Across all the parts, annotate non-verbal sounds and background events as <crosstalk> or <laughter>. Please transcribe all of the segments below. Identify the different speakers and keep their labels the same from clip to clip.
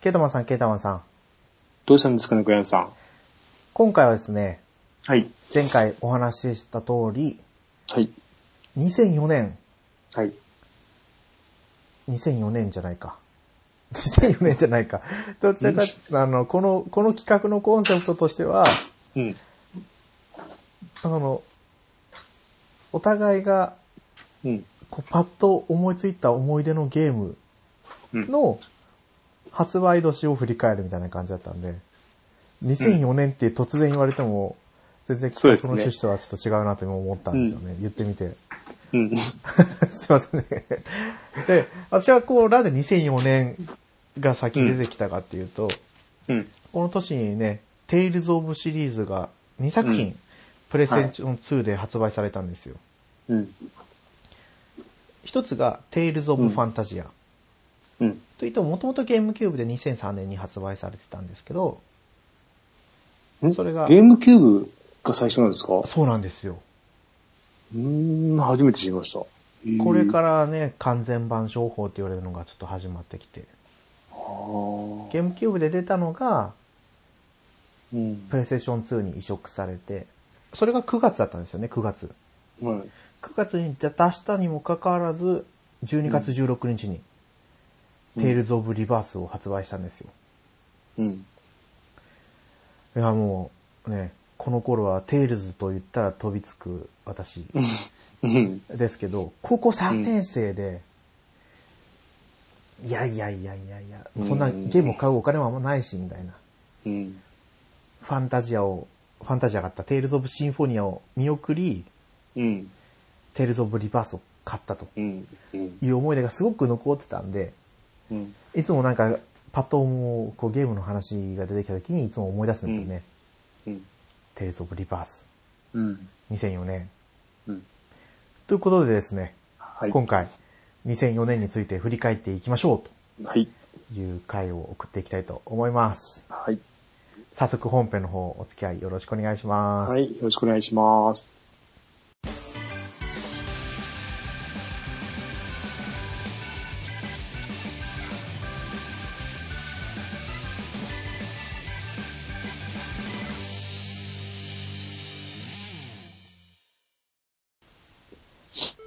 Speaker 1: ケイタマンさん、ケイタマンさん。
Speaker 2: どうしたんですかね、小山さん。
Speaker 1: 今回はですね、
Speaker 2: はい。
Speaker 1: 前回お話しした通り、
Speaker 2: はい。
Speaker 1: 2004年、
Speaker 2: はい。
Speaker 1: 2004年じゃないか。2004年じゃないか。 <laughs> どちらか、あの、この、この企画のコンセプトとしては、
Speaker 2: うん。
Speaker 1: あの、お互いが、
Speaker 2: うん。
Speaker 1: こうパッと思いついた思い出のゲーム
Speaker 2: うん。
Speaker 1: の発売年を振り返るみたいな感じだったんで、2004年って突然言われても、全然企画の趣旨とはちょっと違うなと今思ったんですよね。言ってみて。
Speaker 2: う
Speaker 1: <laughs>
Speaker 2: ん。
Speaker 1: すいませんね。で、私はこう、なんで2004年が先に出てきたかっていうと、
Speaker 2: うん。
Speaker 1: この年にね、テイルズ・オブシリーズが2作品、
Speaker 2: うん
Speaker 1: プレステンション2で発売されたんですよ。
Speaker 2: うん。
Speaker 1: 一つが、テイルズ・オブ・ファンタジア。
Speaker 2: うん。
Speaker 1: といっても、もともとゲームキューブで2003年に発売されてたんですけど、
Speaker 2: ん
Speaker 1: それが
Speaker 2: ゲームキューブが最初なんですかう
Speaker 1: そうなんですよ。
Speaker 2: ーん、初めて知りました。
Speaker 1: これ
Speaker 2: ら。
Speaker 1: からね、完全版商法って言われるのがちょっと始まってきて、
Speaker 2: あー
Speaker 1: ゲームキューブで出たのが、
Speaker 2: うん
Speaker 1: プ。レイステーション2に移植されて、それが9月だったんですよね、9月。
Speaker 2: はい。
Speaker 1: 9月に出したにもかかわらず、12月16日に、
Speaker 2: うん
Speaker 1: テイルズ・オブ・リバースを発売したんですよ。
Speaker 2: うん。
Speaker 1: いや、もう、ね、この頃はテイルズと言ったら飛びつく私
Speaker 2: うん。
Speaker 1: ですけど、高校3年生で、いやいやいやいやいや、そんなゲームを買うお金もあんまないし、みたいな。
Speaker 2: うん。
Speaker 1: ファンタジアを、ファンタジアがあったテイルズ・オブ・シンフォニアを見送り、
Speaker 2: うん。
Speaker 1: テイルズ・オブ・リバースを買ったと
Speaker 2: うん。うん。
Speaker 1: いう思い出がすごく残ってたんで、
Speaker 2: うん。
Speaker 1: いつもなんか、パッともうこうゲームの話が出てきた時にいつも思い出すんですよね。
Speaker 2: うん。
Speaker 1: テイルズ・オブ・リバース
Speaker 2: うん。
Speaker 1: 2004年。
Speaker 2: うん。
Speaker 1: ということでですね、
Speaker 2: はい。
Speaker 1: 今回2004年について振り返っていきましょう
Speaker 2: はい。
Speaker 1: という回を送っていきたいと思います。
Speaker 2: はい。
Speaker 1: 早速本編の方お付き合いよろしくお願いします。
Speaker 2: はい。よろしくお願いします。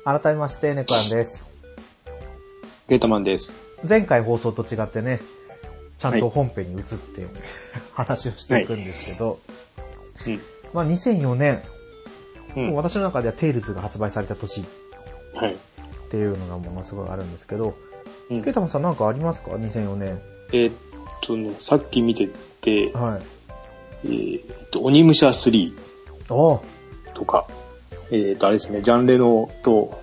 Speaker 1: 改めまして、ネコランです。
Speaker 2: ゲータマンです。
Speaker 1: 前回放送と違ってね、ちゃん
Speaker 2: は
Speaker 1: と
Speaker 2: い
Speaker 1: 本編に移って、話をしていくんですけど、
Speaker 2: うん。
Speaker 1: まあ2004年、
Speaker 2: うん。
Speaker 1: もう
Speaker 2: は
Speaker 1: 私の中ではテイルズが発売された年っ
Speaker 2: い。
Speaker 1: ていうのがものすごいあるんですけど、
Speaker 2: うん
Speaker 1: ケイタマンさんなんかありますか ?2004 年。
Speaker 2: えーっとね、さっき見てて、
Speaker 1: はい。
Speaker 2: えーっと、鬼武者3。
Speaker 1: お
Speaker 2: とか、えっ、と、あれですね、ジャンレノと、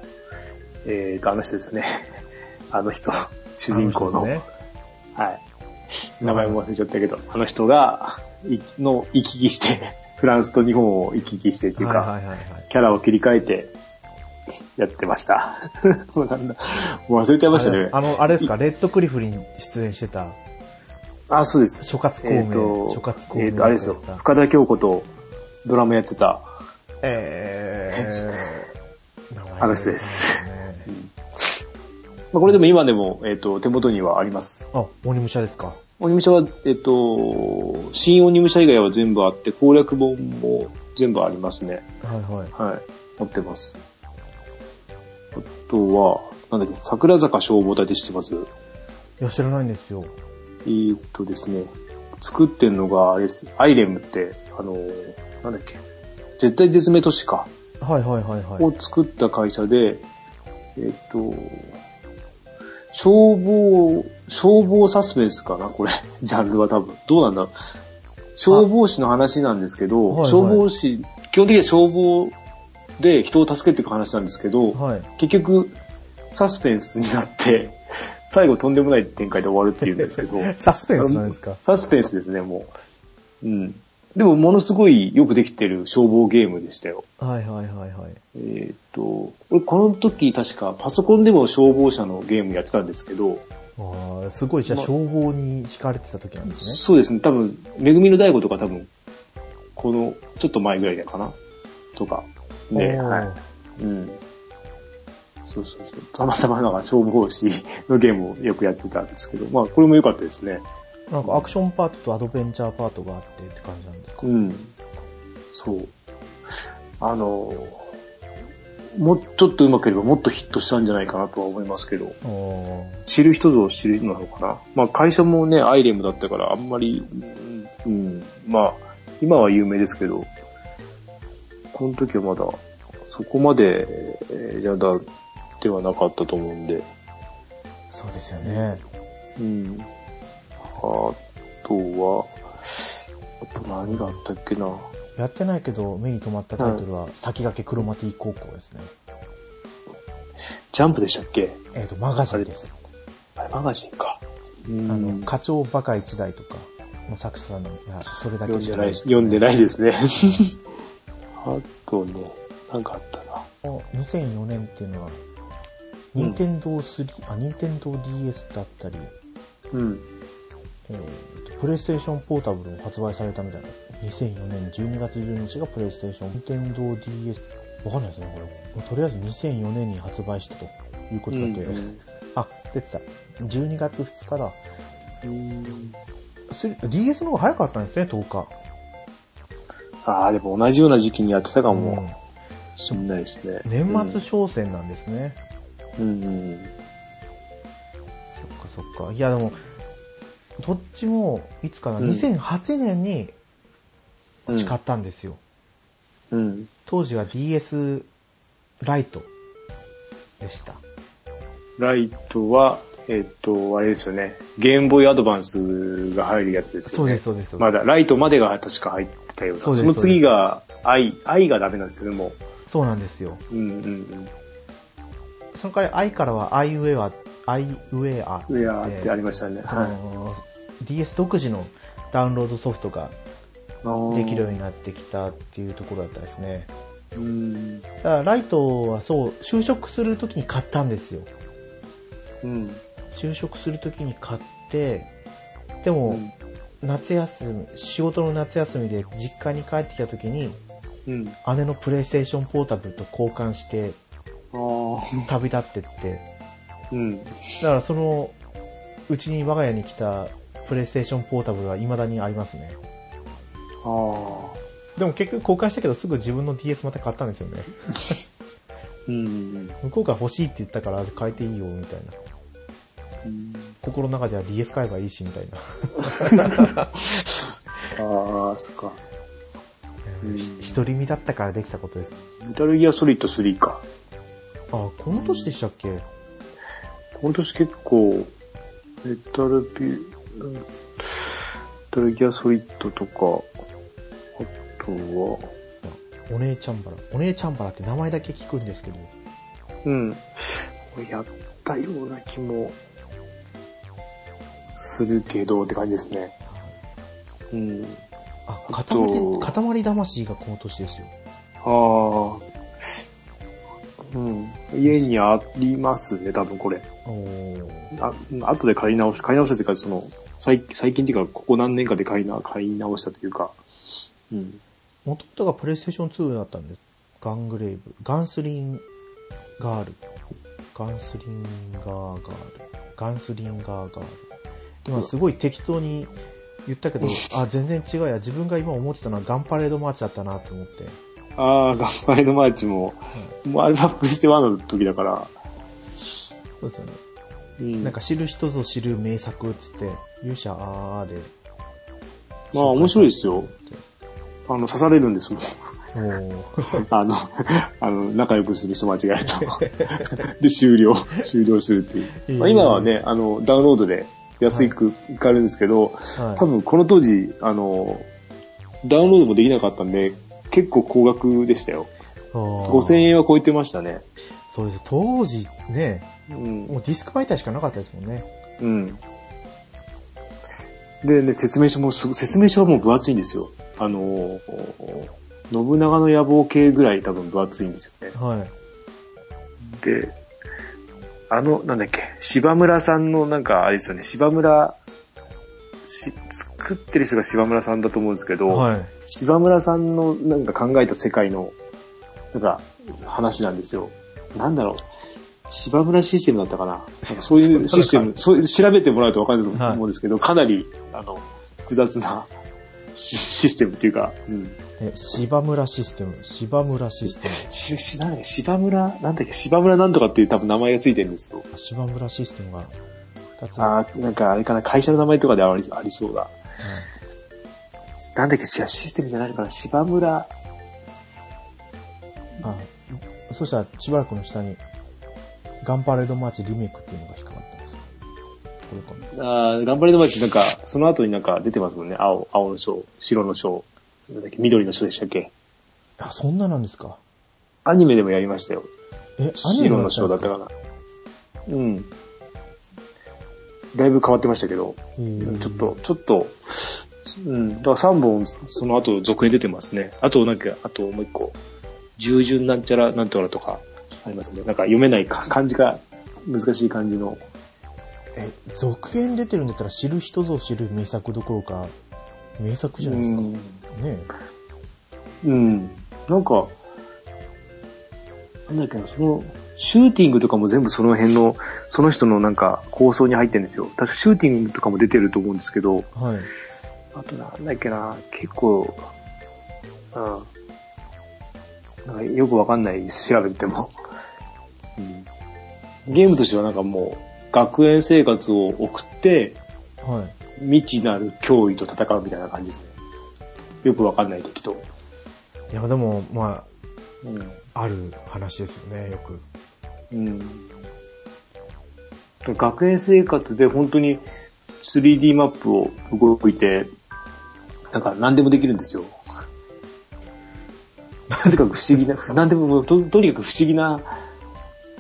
Speaker 2: えっ、と、あの人ですよね。 <laughs> あの人、主人公の、
Speaker 1: あ人
Speaker 2: はい。名前も忘れちゃったけど、あの人が、いの、行き来して、 <laughs> フランスと日本を行き来してって
Speaker 1: ですね
Speaker 2: いう
Speaker 1: は
Speaker 2: か、
Speaker 1: いはいはいはい。
Speaker 2: キャラを切り替えて、やってました。 <laughs> そうなんだ。もう忘れちゃいましたね。
Speaker 1: あの、あれですか、レッドクリフに出演してた、
Speaker 2: あ、そうです。
Speaker 1: 諸葛孔
Speaker 2: えっ、
Speaker 1: 明、
Speaker 2: と
Speaker 1: 諸葛、孔明
Speaker 2: えっ、と、あれですよ
Speaker 1: だった。
Speaker 2: 深田京子とドラムやってた、
Speaker 1: えー、名前
Speaker 2: あの人で
Speaker 1: 出て
Speaker 2: す
Speaker 1: こないですね。
Speaker 2: まあ、これでも今でも、えっ、と、手元にはあります。
Speaker 1: あ、鬼武者ですか。
Speaker 2: 鬼武者は、えっと、新鬼武者以外は全部あって、攻略本も全部ありますね。
Speaker 1: はいはい。
Speaker 2: はい。持ってます。あとは、なんだっけ、桜坂消防隊って知ってます
Speaker 1: いや、知らないんですよ。
Speaker 2: えーっとですね、作ってんのが、あれです、アイレムって、あの、なんだっけ、絶対絶命都市か、
Speaker 1: はいはいはいはい。
Speaker 2: を作った会社で、えーっと、消防、消防サスペンスかなこれ、 <laughs> ジャンルは多分。どうなんだろう。消防士の話なんですけど、
Speaker 1: はいはい
Speaker 2: 消防士、基本的には消防で人を助けていく話なんですけど、
Speaker 1: はい。
Speaker 2: 結局、サスペンスになって、 <laughs> 最後とんでもない展開で終わるっていうんですけど、
Speaker 1: サスペンスなんですか。
Speaker 2: サスペンスですね、もう。うん。でも、ものすごいよくできてる消防ゲームでしたよ。
Speaker 1: はいはいはいはい。
Speaker 2: えーっと、俺この時確かパソコンでも消防車のゲームやってたんですけど、
Speaker 1: ああ、すごい、じゃあ
Speaker 2: ま
Speaker 1: 消防に惹かれてた時なんですね。
Speaker 2: そうですね、多分、めぐみの大悟とか多分、この、ちょっと前ぐらいだかなとか。ね、
Speaker 1: おー
Speaker 2: はい。うん。そうそうそう。たまたまなんか消防士のゲームをよくやってたんですけど、まあこれも良かったですね。
Speaker 1: なんかアクションパートとアドベンチャーパートがあってって感じなんですか
Speaker 2: うん。そう。あの、もうちょっと上手ければもっとヒットしたんじゃないかなとは思いますけど、
Speaker 1: おー
Speaker 2: 知る人ぞ知るのなのかな。まあ会社もね、アイレムだったからあんまり、うん、うんまあ、今は有名ですけど、この時はまだ、そこまで、えーじゃだ、ではなかったと思うんで、
Speaker 1: そうですよね。
Speaker 2: うん。あとは、あと何があったっけな。
Speaker 1: やってないけど目に留まったタイトルは、先駆けクロマティ高校ですね。
Speaker 2: ジャンプでしたっけ
Speaker 1: えっ、と、マガジンです。
Speaker 2: あれマガジンか。あ
Speaker 1: あの、課長バカ一代とかの作者さんが、それだけ
Speaker 2: 読んでない、
Speaker 1: し
Speaker 2: 読んでないですね。 <laughs> あとね、なんかあったな。
Speaker 1: 2004年っていうのは、
Speaker 2: うん
Speaker 1: 任天堂3、あ、任天堂 DS だったり、
Speaker 2: うん。
Speaker 1: えーとプレイステーションポータブルを発売されたみたいな。2004年12月12日がプレイステーション、任天堂 DS、わかんないですね、これ。もうとりあえず2004年に発売したということだけ。 <laughs> あ、出てた。12月2日だ。
Speaker 2: うん
Speaker 1: スリ DS の方が早かったんですね、10日。
Speaker 2: ああ、でも同じような時期にやってたか
Speaker 1: うん
Speaker 2: もしんないですね。
Speaker 1: 年末商戦なんですね。
Speaker 2: うん。うん
Speaker 1: そっかそっか。いやでも、どっちも、いつかな、
Speaker 2: うん
Speaker 1: 2008年に
Speaker 2: うん。
Speaker 1: 誓ったんですよ。
Speaker 2: うん。
Speaker 1: 当時は DS ライトでした。
Speaker 2: ライトは、えっと、あれですよね。ゲームボーイアドバンスが入るやつです
Speaker 1: そ
Speaker 2: よ
Speaker 1: う
Speaker 2: ね。
Speaker 1: です、そうです。
Speaker 2: まだ、ライトまでが確か入ってたような。
Speaker 1: そう
Speaker 2: そ
Speaker 1: です
Speaker 2: の次が、愛、愛がダメなんですよね、も
Speaker 1: そうなんですよ。
Speaker 2: う。うんうん
Speaker 1: その代わり i からは i ウェア、i ウェア
Speaker 2: うん。いやーってあり
Speaker 1: で、
Speaker 2: ましたね。
Speaker 1: そ
Speaker 2: は
Speaker 1: の、DS 独自のダウンロードソフトが
Speaker 2: い。
Speaker 1: できるよう
Speaker 2: ね。
Speaker 1: になってきたっていうところだったですね。
Speaker 2: うん。
Speaker 1: だからライトはそう、就職するときに買ったんですよ。
Speaker 2: うん。
Speaker 1: 就職するときに買って、で
Speaker 2: う
Speaker 1: も
Speaker 2: ん。
Speaker 1: 夏休み、仕事の夏休みで実家に帰ってきたときに、
Speaker 2: うん。
Speaker 1: 姉のプレイステーションポータブルと交換して
Speaker 2: ああ。
Speaker 1: 旅立ってって、
Speaker 2: う
Speaker 1: だ
Speaker 2: ん。
Speaker 1: からその、うちに我が家に来たプレイステーションポータブルは未だにありますね。
Speaker 2: ああ。
Speaker 1: でも結局交換したけどすぐ自分の DS また買ったんですよね。
Speaker 2: うん。
Speaker 1: 向こうが欲しいって言ったから変えていいよみたいな。心の中では DS 買えばいいしみたいな。
Speaker 2: ああ、そっか。うん
Speaker 1: 独り身だったからできたことです。
Speaker 2: メタルギアソリッド3か。
Speaker 1: あ、この年でしたっけ
Speaker 2: この年結構、メタルピュ、うんメタルギアソリッドとか、あとは、
Speaker 1: お姉ちゃんばら。お姉ちゃんばらって名前だけ聞くんですけど。
Speaker 2: うん。やったような気も、するけどって感じですね。うん。
Speaker 1: あ、
Speaker 2: あと
Speaker 1: 塊、塊魂がこの年ですよ。
Speaker 2: ああ。うん。家にありますね、多分これ。
Speaker 1: おー
Speaker 2: あ、うん後で買い直し、買い直したというか、その、最最近っていうか、ここ何年かで買いな、買い直したというか、うん。
Speaker 1: 元々がプレイステーション2だったんです。ガングレイブ。ガンスリンガール。ガンスリンガーガール。ガンスリンガーガール。今すごい適当に言ったけど、あ、全然違うや。自分が今思ってたのはガンパレードマーチだったなと思って。
Speaker 2: ああ、ガンバレードマーチも、もうあれはプレステ1の時だから、
Speaker 1: そうですよね。
Speaker 2: うん。
Speaker 1: なんか知る人ぞ知る名作っつって、勇者あーで。
Speaker 2: まあ面白いですよ。あの、刺されるんですもん。
Speaker 1: おー
Speaker 2: あの、 <laughs> あの、仲良くする人間違えると。
Speaker 1: <laughs>
Speaker 2: で、終了、終了するっていう。まあ、今はね、あの、ダウンロードで安いく、買えるんですけど、
Speaker 1: はい
Speaker 2: 多分この当時、あの、ダウンロードもできなかったんで、結構高額でしたよ。
Speaker 1: あー
Speaker 2: 5000円は超えてましたね。
Speaker 1: そうです。当時ね、
Speaker 2: うん。
Speaker 1: もうディスク媒体しかなかったですもんね。
Speaker 2: うん。でね、説明書もすご、説明書はもう分厚いんですよ。あのー、信長の野望系ぐらい多分分厚いんですよね。
Speaker 1: はい。
Speaker 2: で、あの、なんだっけ、芝村さんのなんかあれですよね、芝村、し作ってる人が芝村さんだと思うんですけど、
Speaker 1: はい。
Speaker 2: 芝村さんのなんか考えた世界の、なんか話なんですよ。なんだろう。芝村システムだったかな。なんかそういうシステム、そういう調べてもらうとわかると思うんですけど、かなり、あの、複雑なシシステムっていうか、うん。
Speaker 1: え、芝村システム、芝村システム。
Speaker 2: し、し、なんだっけ、芝村、なんだっけ、芝村なんとかっていう多分名前がついてるんですよ。
Speaker 1: 芝村システムが二つ。
Speaker 2: ああ、なんかあれかな、会社の名前とかでありありそうだ。なんだっけ、違う、システムじゃないのかな、芝村、
Speaker 1: うんあそしたら、しばらくの下に、ガンパレードマーチリメイクっていうのが引っかかってます。これかな。
Speaker 2: あー頑張れの街なんか、その後になんか出てますもんね。青、青の章、白の章、なんだっけ、緑の章でしたっけ。
Speaker 1: あ、そんななんですか。
Speaker 2: アニメでもやりましたよ。
Speaker 1: え、アニメ
Speaker 2: 白
Speaker 1: もやった
Speaker 2: の
Speaker 1: んで
Speaker 2: 章だ
Speaker 1: す
Speaker 2: ったかな。うん。だいぶ変わってましたけど、
Speaker 1: えー
Speaker 2: ちょっと、ちょっと、うん、だから3本、その後続編出てますね。あと、なんか、あともう一個、従順なんちゃらなんとかとか、ありますね。なんか読めないか、漢字が難しい感じの。
Speaker 1: え、続編出てるんだったら知る人ぞ知る名作どころか、名作じゃないですか。ねえ
Speaker 2: うん。なんか、なんだっけな、その、シューティングとかも全部その辺の、その人のなんか構想に入ってるんですよ。確かシューティングとかも出てると思うんですけど、
Speaker 1: はい。
Speaker 2: あとなんだっけな、結構、うん。なんかよくわかんないです、調べてても。うん、ゲームとしてはなんかもう、学園生活を送って、
Speaker 1: はい。
Speaker 2: 未知なる脅威と戦うみたいな感じですね。よくわかんない敵と。
Speaker 1: いや、でも、ま
Speaker 2: うん
Speaker 1: あ、ある話ですよね、よく。
Speaker 2: うん。学園生活で本当に 3D マップを動いて、だから何でもできるんで
Speaker 1: <laughs>
Speaker 2: すよ。とにかく不思議な、何でも、ととにかく不思議な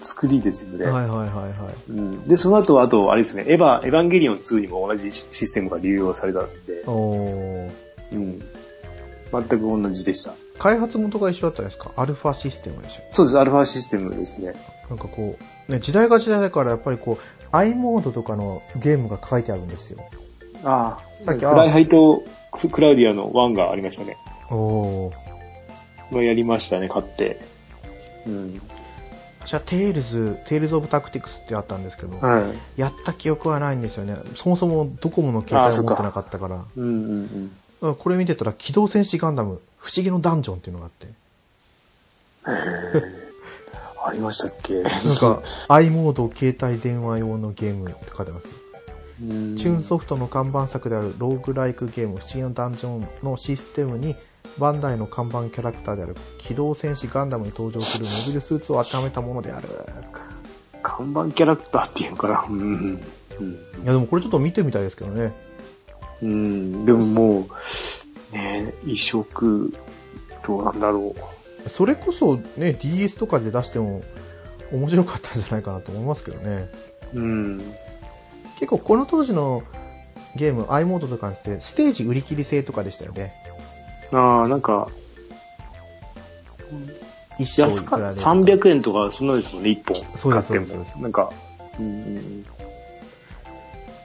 Speaker 2: 作りですよね。
Speaker 1: はいはいはいはい。
Speaker 2: うん、で、その後は、あと、あれですね、エヴァ、エヴァンゲリオン2にも同じシシステムが流用されたんで、
Speaker 1: おー。
Speaker 2: うん。全く同じでした。
Speaker 1: 開発元が一緒だったんですかアルファシステムでしょ
Speaker 2: そうです、アルファシステムですね。
Speaker 1: なんかこう、ね、時代が時代だからやっぱりこう、i モードとかのゲームが書いてあるんですよ。
Speaker 2: ああ、
Speaker 1: さ
Speaker 2: さ
Speaker 1: っ
Speaker 2: っ
Speaker 1: き
Speaker 2: き、
Speaker 1: あ
Speaker 2: ライハイとククラウディアの1がありましたね。
Speaker 1: おー。
Speaker 2: まあ、やりましたね、買って。うん。
Speaker 1: 私はテイルズ、テイルズオブタクティクスってあったんですけど、
Speaker 2: は
Speaker 1: やった記憶はないんですよね。そもそもドコモの携
Speaker 2: あー
Speaker 1: 帯
Speaker 2: そ
Speaker 1: を
Speaker 2: っ
Speaker 1: 持
Speaker 2: か
Speaker 1: ってなかったから。だ
Speaker 2: い。うんうんうん。
Speaker 1: からこれ見てたら、機動戦士ガンダム、不思議のダンジョンっていうのがあって。
Speaker 2: ありましたっけ
Speaker 1: なんか、i モード携帯電話用のゲームって書いてますよ。
Speaker 2: うん
Speaker 1: チューンソフトの看板作であるローグライクゲーム不思議のダンジョンのシステムにバンダイの看板キャラクターである機動戦士ガンダムに登場するモビルスーツを当てはめたものである。
Speaker 2: 看板キャラクターっていうのかな。うんうんうん。
Speaker 1: いやでもこれちょっと見てみたいですけどね。
Speaker 2: うん、でももう、ね移植、どうなんだろ
Speaker 1: それこそね、DS とかで出しても面白かったんじゃないかなと思いますけどね。
Speaker 2: う。うん。
Speaker 1: 結構この当時のゲーム i モードとかにしてステージ売り切り制とかでしたよね。
Speaker 2: ああ、なんか、
Speaker 1: 一生
Speaker 2: 安かった。300円とか、そんなですもんね、1
Speaker 1: そう
Speaker 2: 本
Speaker 1: で
Speaker 2: 買
Speaker 1: す
Speaker 2: って
Speaker 1: そう
Speaker 2: も
Speaker 1: です。
Speaker 2: なんか、うんうんうん。
Speaker 1: い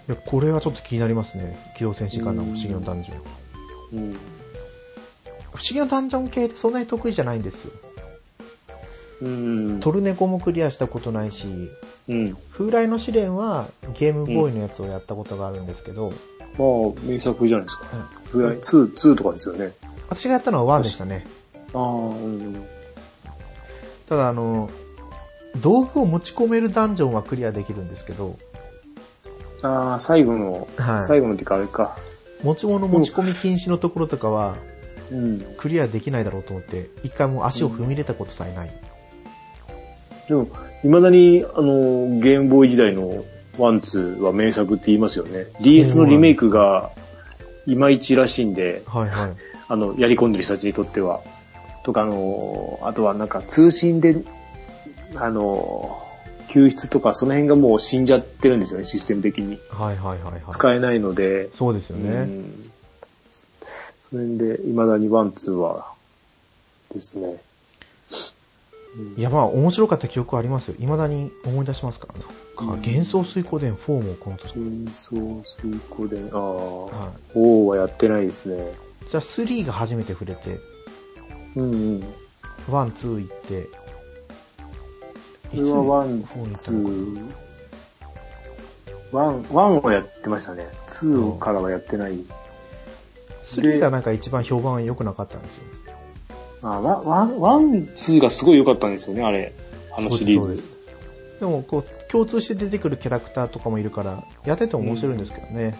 Speaker 1: やこれはちょっと気になりますね。機動戦士ガンダム不思議のダンジョン。
Speaker 2: うん
Speaker 1: 不思議なダンジョン系ってそんなに得意じゃないんですよ。
Speaker 2: うん。
Speaker 1: トルネコもクリアしたことないし、
Speaker 2: うん。ま
Speaker 1: 風来の試練はゲームボーイのやつをやったことがあるんですけど、
Speaker 2: あ、名作じゃないですか。
Speaker 1: うん
Speaker 2: ぐらい、2、2とかですよね。
Speaker 1: 私がやったのは1でしたね。
Speaker 2: ああ、うん。
Speaker 1: ただあの、道具を持ち込めるダンジョンはクリアできるんですけど、
Speaker 2: ああ、最後の、
Speaker 1: はい
Speaker 2: 最後のっていうかあれか。
Speaker 1: 持ち物持ち込み禁止のところとかは
Speaker 2: うん。
Speaker 1: クリアできないだろうと思って、一回も足を踏み入れたことさえない。
Speaker 2: でも、未だに、あの、ゲームボーイ時代のワンツーは名作って言いますよね。DS のリメイクが、いまいちらしいんで、
Speaker 1: はいはい。
Speaker 2: あの、やり込んでる人たちにとっては。とか、あの、あとはなんか通信で、あの、救出とか、その辺がもう死んじゃってるんですよね、システム的に。
Speaker 1: はいはいはいはい。
Speaker 2: 使えないので、
Speaker 1: そうですよ
Speaker 2: う
Speaker 1: ね。
Speaker 2: んそれで、未だにワンツーは、ですね。
Speaker 1: いやまあ面白かった記憶はありますよ。未だに思い出しますからね。そっか
Speaker 2: うん
Speaker 1: 幻想水光伝4もこの年。
Speaker 2: 幻想水湖で、ああ、
Speaker 1: はい
Speaker 2: 王はやってないですね。
Speaker 1: じゃあ3が初めて触れて、
Speaker 2: うんうん。
Speaker 1: 1、2行って、
Speaker 2: れはワ
Speaker 1: い
Speaker 2: ン、
Speaker 1: つフォーに
Speaker 2: ツ
Speaker 1: 行ったのか
Speaker 2: ー、ワン、ワンをやってましたね。ツーからはやってないです。
Speaker 1: 3がなんか一番評判良くなかったんですよ。
Speaker 2: あ、ワン、ワン、ワン、ツーがすごい良かったんですよね、あれ。あのシリー
Speaker 1: そうで
Speaker 2: ズ
Speaker 1: す。でもこう、共通して出てくるキャラクターとかもいるから、やってても面白いんですけどね。
Speaker 2: うんうん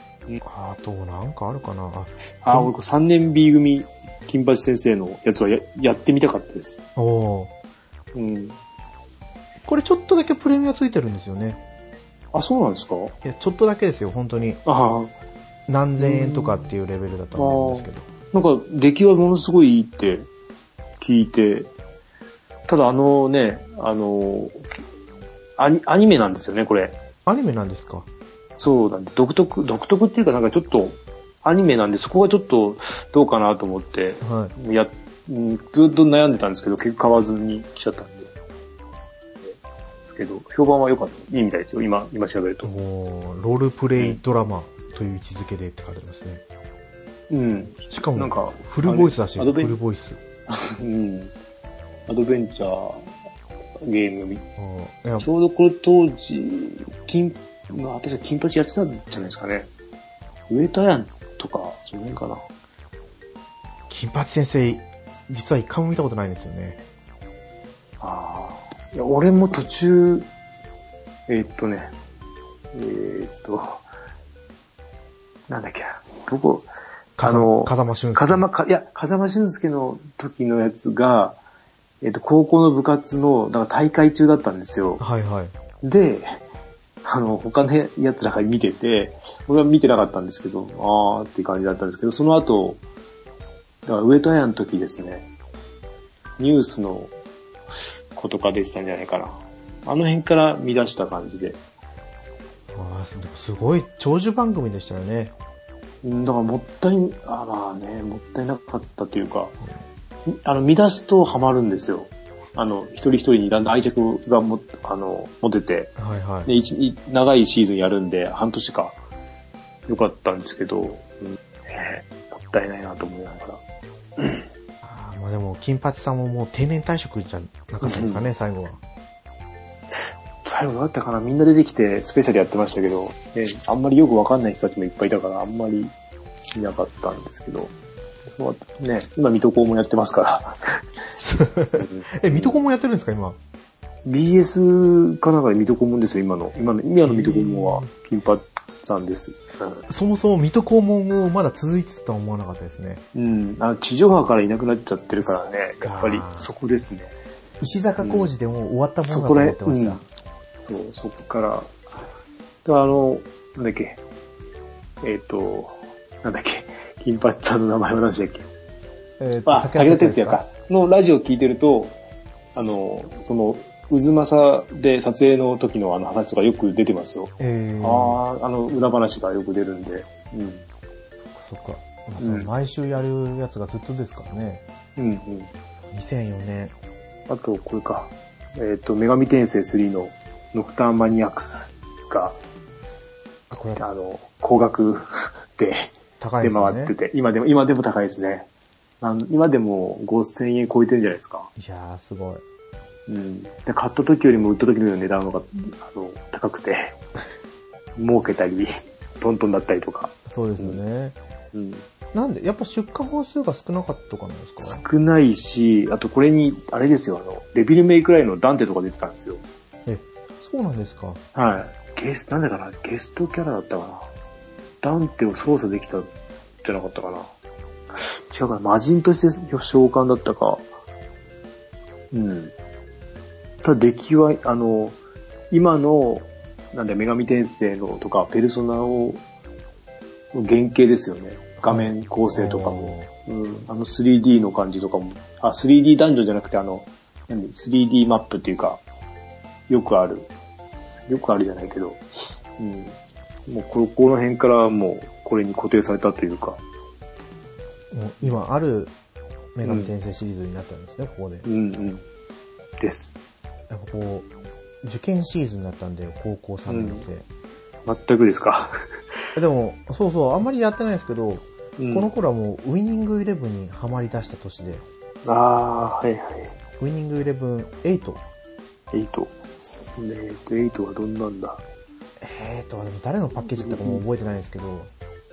Speaker 1: あとなんかあるかなあ
Speaker 2: あ、俺これ3年 B 組、金八先生のやつはややってみたかったです。
Speaker 1: おー
Speaker 2: うん。
Speaker 1: これちょっとだけプレミアついてるんですよね。
Speaker 2: あ、そうなんですか
Speaker 1: いや、ちょっとだけですよ、本当に。
Speaker 2: ああ。
Speaker 1: 何千円とかっていうレベルだと思うんですけど。
Speaker 2: なんか、出来はものすごいいいって聞いて、ただあのね、あの、アニアニメなんですよね、これ。
Speaker 1: アニメなんですか
Speaker 2: そうなんで、独特、独特っていうかなんかちょっと、アニメなんで、そこがちょっとどうかなと思って、
Speaker 1: はい。
Speaker 2: や、うんずっと悩んでたんですけど、結構買わずに来ちゃったんで。ですけど、評判は良かった。いいみたいですよ、今、今調べると。
Speaker 1: もう、ロールプレイドラマという位置づけでって書いてありますね。
Speaker 2: うん。
Speaker 1: しかも、
Speaker 2: なんか
Speaker 1: フルボイスだし、
Speaker 2: あ
Speaker 1: フ
Speaker 2: れアドベン
Speaker 1: ルボイス。
Speaker 2: うん。アドベンチャー、ゲーム
Speaker 1: うん
Speaker 2: み
Speaker 1: いや
Speaker 2: ちょうどこれ当時、金、まあ私は金八やってたんじゃないですかね。ウェイトアイアンとか、その辺かな。
Speaker 1: 金八先生、実は一回も見たことないんですよね。
Speaker 2: ああ。いや、俺も途中、えーっとね、えーっと、なんだっけな、どこ、あの
Speaker 1: 風間俊介。
Speaker 2: 風間か、いや、風間俊介の時のやつが、えーっと、高校の部活の、だから大会中だったんですよ。
Speaker 1: はいはい。
Speaker 2: で、あの、他のやつらが見てて、俺は見てなかったんですけど、あーって感じだったんですけど、その後、だからウエトヤの時ですね、ニュースのことか出てたんじゃないかな。あの辺から見出した感じで。
Speaker 1: あーでもすごい長寿番組でしたよね。
Speaker 2: うんだからもったい、あまあね、もったいなかったというか、あの、見出すとハマるんですよ。あの、一人一人にだんだん愛着がも、あの、持てて、
Speaker 1: はいはい。
Speaker 2: で一い長いシーズンやるんで、半年か。よかったんですけど、うんねえもったいないなと思いながら。
Speaker 1: あーまあでも、金八さんももう定年退職じゃなかったんですかね、最後は。 <laughs>
Speaker 2: 最後どうだったかなみんな出てきてスペシャルやってましたけど、ねあんまりよくわかんない人たちもいっぱいいたから、あんまり見なかったんですけど。そうね、今、水戸黄もやってますから。
Speaker 1: え、水戸黄門やってるんですか、今。
Speaker 2: BS かなんかで水戸黄門ですよ、今の。今の、今の水戸黄門は、金髪さんです。うん
Speaker 1: そもそも水戸黄門もまだ続いてたとは思わなかったですね。
Speaker 2: うん、あの地上波からいなくなっちゃってるからね、
Speaker 1: か
Speaker 2: やっぱりそこですね。
Speaker 1: 石坂浩二でもう終わったものだ
Speaker 2: そ
Speaker 1: と
Speaker 2: こら
Speaker 1: 思っ
Speaker 2: へ、
Speaker 1: てました。
Speaker 2: そう、そこから、だからあの、なんだっけ、えっ、と、なんだっけ、金八さんの名前は何でしたっけ
Speaker 1: えーと
Speaker 2: あ、武田鉄矢か。。のラジオ聞いてると、あの、その、渦政で撮影の時のあの話とかよく出てますよ。
Speaker 1: えー、
Speaker 2: ああ、あの、裏話がよく出るんで。うん。
Speaker 1: そっか。まあその毎週やるやつがずっとですからね。
Speaker 2: うんうん。
Speaker 1: 2004年。
Speaker 2: あと、これか。えっ、と、女神転生3のノクターンマニアックスが、
Speaker 1: あこれ
Speaker 2: あの、高額で
Speaker 1: 高いで
Speaker 2: 出
Speaker 1: すよ
Speaker 2: 回
Speaker 1: ね。
Speaker 2: ってて、今でも、今でも高いですね。あの今でも5000円超えてるんじゃないですか。
Speaker 1: いやー、すごい。
Speaker 2: うん。で、買った時よりも売った時の値段の方が、あの、高く
Speaker 1: <laughs>
Speaker 2: て、儲けたり、トントンだったりとか。
Speaker 1: そうですよね。
Speaker 2: うん。
Speaker 1: なんで、やっぱ出荷本数が少なかったとかなんですか
Speaker 2: 少ないし、あとこれに、あれですよ、あの、デビルメイクライのダンテとか出てたんですよ。
Speaker 1: え、そうなんですか。
Speaker 2: はい。ゲス、なんだかな、ゲストキャラだったかな。ダンテを操作できた、じゃなかったかな。違うかな、魔人として召喚だったか。うん。ただ、出来は、あの、今の、なんだ、女神転生のとか、ペルソナを、の原型ですよね。画面構成とかも。
Speaker 1: おー。
Speaker 2: うん、あの 3D の感じとかも、あ、3D ダンジョンじゃなくて、あの、何 3D マップっていうか、よくある。よくあるじゃないけど、うん。もう、ここの辺からもう、これに固定されたというか、
Speaker 1: もう今ある女神転生シリーズになったんですね、ここで。
Speaker 2: うんうん。です。
Speaker 1: やっぱこう、受験シーズンだったんで、高校3年生。
Speaker 2: 全くですか。 <laughs>
Speaker 1: えでも、そうそう、あんまりやってないですけど、
Speaker 2: うん
Speaker 1: この頃はもうウィニングイレブンにハマり出した年で、
Speaker 2: ああ、はいは
Speaker 1: ウィニングイレブン8
Speaker 2: い。8。ねえっと、8はどんなんだ
Speaker 1: えーと、でも誰のパッケージだったかも覚えてないですけど、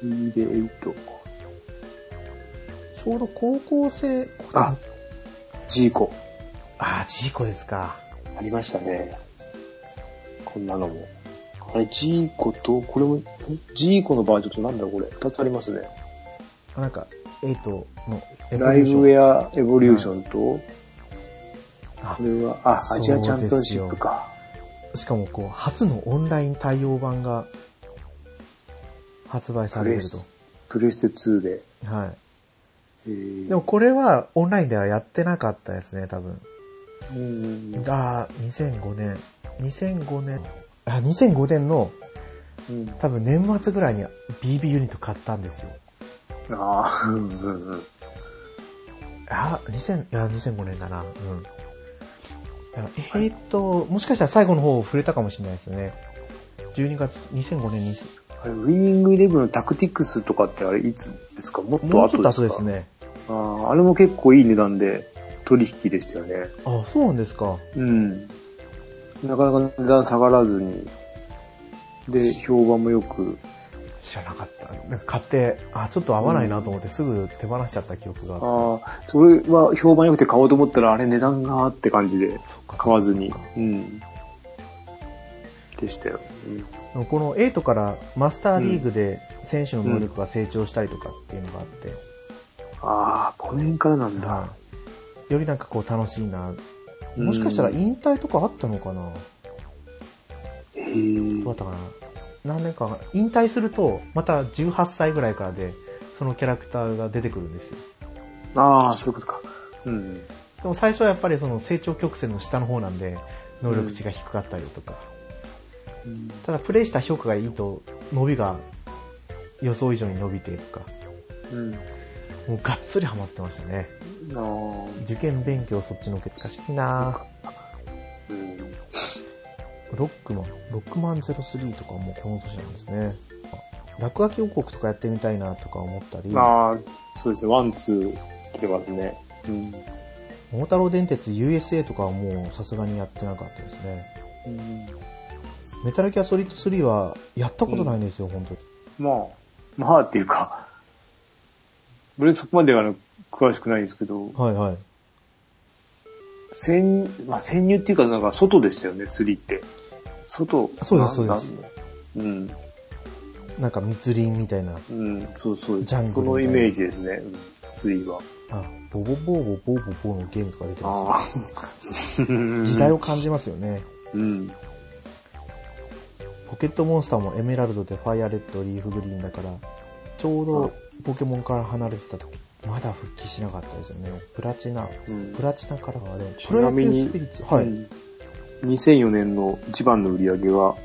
Speaker 2: ?E で8。
Speaker 1: ちょうど高校生、
Speaker 2: あ、ジーコ。
Speaker 1: あー、ジーコですか。
Speaker 2: ありましたね。こんなのも。あれ、ジーコと、これも、んジーコのバージョンとなんだこれ。二つありますね。
Speaker 1: あなんか、エイトのエボ
Speaker 2: ラ
Speaker 1: リ
Speaker 2: イ
Speaker 1: ューション
Speaker 2: ブウェアエボリューションと、
Speaker 1: あ
Speaker 2: これは、あ、アジアチャンピオンシップか。
Speaker 1: しかもこう、初のオンライン対応版が発売さ
Speaker 2: プ
Speaker 1: れ
Speaker 2: レ
Speaker 1: る
Speaker 2: ス、プレステ2で。
Speaker 1: と。はい。
Speaker 2: えー
Speaker 1: でも、これはオンラインではやってなかったですね、多分。
Speaker 2: うん。
Speaker 1: ああ、2005年。2005年。あ、2005年の
Speaker 2: うん
Speaker 1: 多分年末ぐらいに BB ユニット買ったんですよ。
Speaker 2: ああ、うんうんうん。
Speaker 1: あ、2000、いや、2005年だな。うん。だからえーっと、もしかしたら最後の方触れたかもしれないですね。12月、2005年に、
Speaker 2: あれ、ウィニングイレブンのタクティクスとかってあれ、いつですかもっと
Speaker 1: もうちょ
Speaker 2: 後
Speaker 1: っと
Speaker 2: です
Speaker 1: 後
Speaker 2: か
Speaker 1: ですね。
Speaker 2: あーあれも結構いい値段で取引でしたよね。
Speaker 1: あ、そうなんですか。
Speaker 2: うん。なかなか値段下がらずに。で、評判もよく。
Speaker 1: 知らなかった。なんか買って、あ、ちょっと合わないなと思ってすぐ手放しちゃった記憶があって。
Speaker 2: ああ、それは評判良くて買おうと思ったら、あれ値段がって感じで
Speaker 1: そっか
Speaker 2: 買わずに
Speaker 1: そっか。
Speaker 2: うん。でしたよ。うん
Speaker 1: でもこのエイトからマスターリーグで選手の能力が成長したりとかっていうのがあって、
Speaker 2: ああ、この辺からなんだ。
Speaker 1: はいよりなんかこう楽しいな。もしかしたら
Speaker 2: い。
Speaker 1: 引退とかあったのかな、
Speaker 2: へー
Speaker 1: どうだったかな何年か、引退すると、また18歳ぐらいからで、そのキャラクターが出てくるんですよ。
Speaker 2: ああ、そういうことか。うん。
Speaker 1: でも最初はやっぱりその成長曲線の下の方なんで、能力値が低かったりとか。
Speaker 2: うん
Speaker 1: ただプレイした評価がいいと、伸びが予想以上に伸びてとか、
Speaker 2: うん。
Speaker 1: もうがっつりハマってましたね。
Speaker 2: あー
Speaker 1: 受験勉強そっちのけつかしいな
Speaker 2: うん
Speaker 1: ロックマン、ロックマン03とかもこの年なんですね。落書き王国とかやってみたいなとか思ったり、桃
Speaker 2: ああ、そうですね。ワン、ツー、来てますね。うん。
Speaker 1: 太郎電鉄 USA とかはもうさすがにやってなかったですね。
Speaker 2: うん
Speaker 1: メタルギアソリッド3はやったことないんですよ、本当に。
Speaker 2: まあ、まあっていうか、俺そこまではあの詳しくないですけど、
Speaker 1: はいはい。
Speaker 2: 潜まあ、潜入っていうか、なんか外でしたよね、釣りって。外。
Speaker 1: そうです
Speaker 2: なん
Speaker 1: そうで
Speaker 2: なんだ
Speaker 1: なんか密林みたいな。
Speaker 2: うん、うん、そうそうで
Speaker 1: ジャング
Speaker 2: す。
Speaker 1: ル
Speaker 2: そのイメージですね、うん、釣りは。
Speaker 1: あ、ボボボーボボーボボーのゲームとか出てま
Speaker 2: ああ。
Speaker 1: す。時代を感じますよね。
Speaker 2: <laughs> うん。
Speaker 1: ポケットモンスターもエメラルドでファイアレッド、リーフグリーンだから、ちょうどポケモンから離れてた時、まだ復帰しなかったですよね。プラチナ。
Speaker 2: うん
Speaker 1: プラチナからはでも、
Speaker 2: ち
Speaker 1: プロ
Speaker 2: な
Speaker 1: 野
Speaker 2: み
Speaker 1: 球
Speaker 2: に
Speaker 1: スピリッツ。はい。
Speaker 2: うん2004年の一番の売り上げは、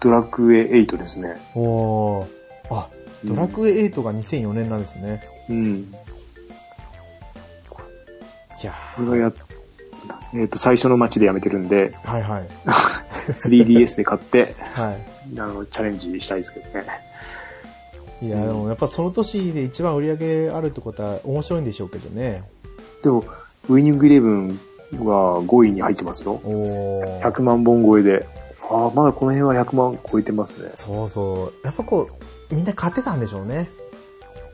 Speaker 2: ドラクエ8ですね。
Speaker 1: おー。あ、ドラクエ8が2004年なんですね。
Speaker 2: うん。
Speaker 1: いや
Speaker 2: これがやっ、えっ、と、最初の街でやめてる
Speaker 1: <laughs>
Speaker 2: んで、
Speaker 1: ーはいはい。
Speaker 2: 3DS で買って、
Speaker 1: はい。
Speaker 2: あの、チャレンジしたいですけどね。
Speaker 1: いや、
Speaker 2: うん
Speaker 1: でもやっぱその年で一番売り上げあるってことは面白いんでしょうけどね。
Speaker 2: でも、ウィニングイレブンは5位に入ってますよ。
Speaker 1: おー。
Speaker 2: 100万本超えで。ああ、まだこの辺は100万超えてますね。
Speaker 1: そうそう。やっぱこう、みんな買ってたんでしょうね。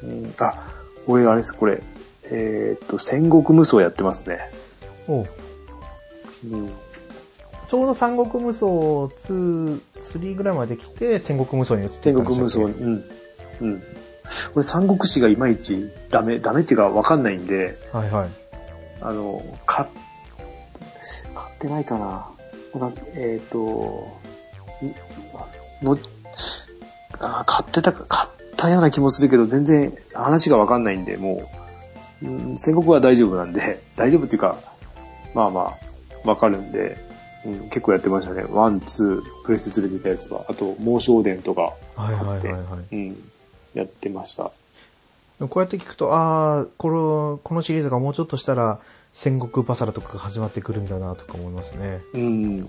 Speaker 2: うん、あ、俺あれです、これ。えっ、と、戦国無双やってますね。
Speaker 1: おう
Speaker 2: うん。
Speaker 1: ちょうど三国無双2、3ぐらいまで来て、戦国無双に移って
Speaker 2: 戦
Speaker 1: ったんで
Speaker 2: 国無
Speaker 1: したっ
Speaker 2: 双、
Speaker 1: け
Speaker 2: うん。うん。俺、三国志がいまいちダメ、ダメっていうかわかんないんで、
Speaker 1: はいはい。
Speaker 2: あの、買っ、買ってないかな。なんか、えっ、と、んの、あー買ってたか、買ったような気もするけど、全然話がわかんないんで、もう、うん、戦国は大丈夫なんで、 <laughs> 大丈夫っていうか、まあまあ、わかるんで、うん、結構やってましたね。ワン、ツー、プレステ連れてたやつは。あと、猛将伝とか、
Speaker 1: はいはいはいはい。
Speaker 2: うん、やってました。
Speaker 1: でもこうやって聞くと、ああ、この、このシリーズがもうちょっとしたら、戦国バサラとかが始まってくるんだなとか思いますね。
Speaker 2: うん、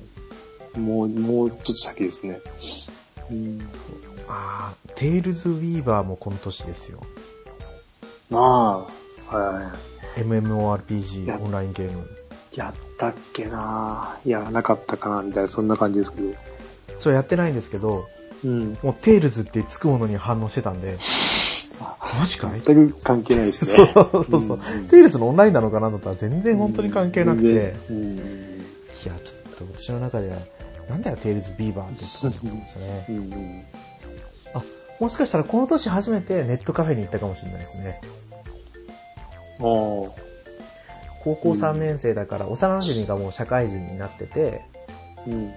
Speaker 2: もう、もうちょっと先ですね。うん
Speaker 1: ああ、テイルズ・ウィーバーもこの年ですよ。
Speaker 2: まあ、はい。
Speaker 1: MMORPG
Speaker 2: や
Speaker 1: オンラインゲーム。
Speaker 2: やったっけなぁやらなかったかなみたいな、そんな感じですけど。
Speaker 1: そうやってないんですけど、
Speaker 2: うん。
Speaker 1: もうテールズってつくものに反応してたんで、マジかい
Speaker 2: 全く関係ないですね。
Speaker 1: <laughs> そうそうそう。テールズのオンラインなのかなだったら全然本当に関係なくて、いや、
Speaker 2: うんうん
Speaker 1: ちょっと私の中では、なんだよテールズビーバーって言ってたんですね
Speaker 2: う。んうん
Speaker 1: あ、もしかしたらこの年初めてネットカフェに行ったかもしれないですね。
Speaker 2: あー
Speaker 1: 高校3年生だから、幼馴染がもう社会人になってて、
Speaker 2: うん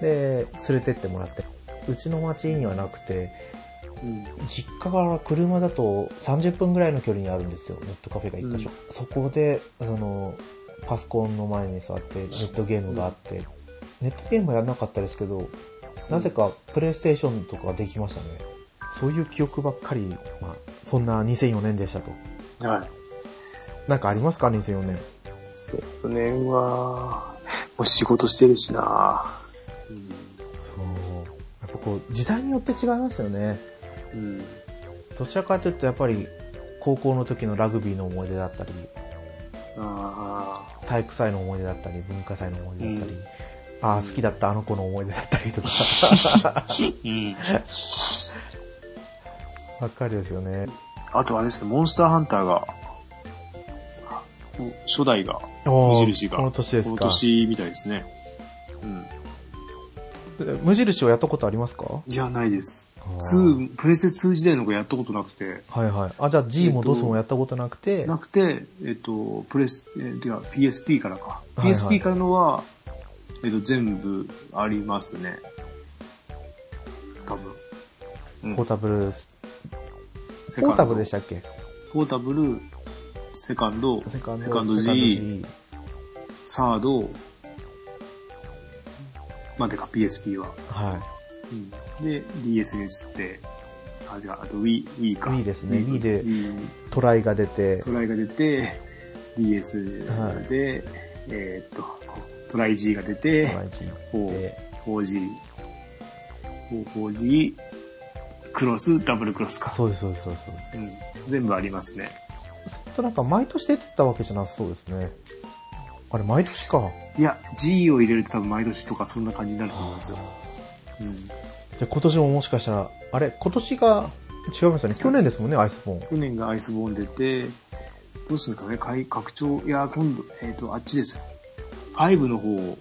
Speaker 1: で、連れてってもらって、うちの町にはなくて、
Speaker 2: うん
Speaker 1: 実家から車だと30分ぐらいの距離にあるんですよ、ネットカフェが一箇所。そこで、その、パソコンの前に座ってネットゲームがあって、ネットゲームはやらなかったですけど、なぜかプレイステーションとかができましたね。そういう記憶ばっかり、まあ、そんな2004年でしたと。
Speaker 2: はい。
Speaker 1: なんかありますか ?2004 年。
Speaker 2: 昨年は、もう仕事してるしな
Speaker 1: そう。やっぱこう、時代によって違いますよね。
Speaker 2: うん。
Speaker 1: どちらかというとやっぱり、高校の時のラグビーの思い出だったり、
Speaker 2: あ
Speaker 1: 体育祭の思い出だったり、文化祭の思い出だったり、
Speaker 2: うん
Speaker 1: ああ、好きだったあの子の思い出だったり
Speaker 2: <laughs>
Speaker 1: とか、
Speaker 2: あ。うん。
Speaker 1: ばっかりですよね。
Speaker 2: あとあれですね、モンスターハンターが、初代が、
Speaker 1: おー
Speaker 2: 無印が
Speaker 1: この年ですか。
Speaker 2: 今年みたいですね。うん。
Speaker 1: 無印をやったことありますか
Speaker 2: いや、ないです。
Speaker 1: あー
Speaker 2: 2、プレステ2時代の子やったことなくて、
Speaker 1: はいはい。あ、じゃあ G もドスもやったことなくて、
Speaker 2: なくて、えっと、プレス、えーてか PSP からか。
Speaker 1: はいはい
Speaker 2: PSP からのは、えっと、全部ありますね。多分。うん
Speaker 1: ポータブル、
Speaker 2: セカ
Speaker 1: ポ
Speaker 2: ンド
Speaker 1: ータブルでしたっけ
Speaker 2: ポータブル、セカンド、
Speaker 1: セカンド
Speaker 2: セカンド G
Speaker 1: セカンド G
Speaker 2: サード、まあ、てか PSP は。
Speaker 1: はい。
Speaker 2: で、DS に移って、あ、じゃあ、あと Wii、Wii か。
Speaker 1: Wii ですね Wii で
Speaker 2: Wii
Speaker 1: トライが出て
Speaker 2: ト、ライが出て、DS で、
Speaker 1: はい
Speaker 2: えーっと、トライ G が出て、
Speaker 1: トライ G で
Speaker 2: 4G、4G、クロス、ダブルクロスか。
Speaker 1: そうですそうですそうです。
Speaker 2: うん、全部ありますね。
Speaker 1: ちょっとなんか毎年出てたわけじゃなさそうですね。あれ、毎年か。
Speaker 2: いや、G を入れると多分毎年とかそんな感じになると思うんですよ。うん。
Speaker 1: じゃあ今年ももしかしたら、あれ、今年が、違いますよね。去年ですもんね、アイスボーン。
Speaker 2: 去年がアイスボーン出て、どうするんですかねかい拡張、いや、今度、えっ、と、あっちです。5の方を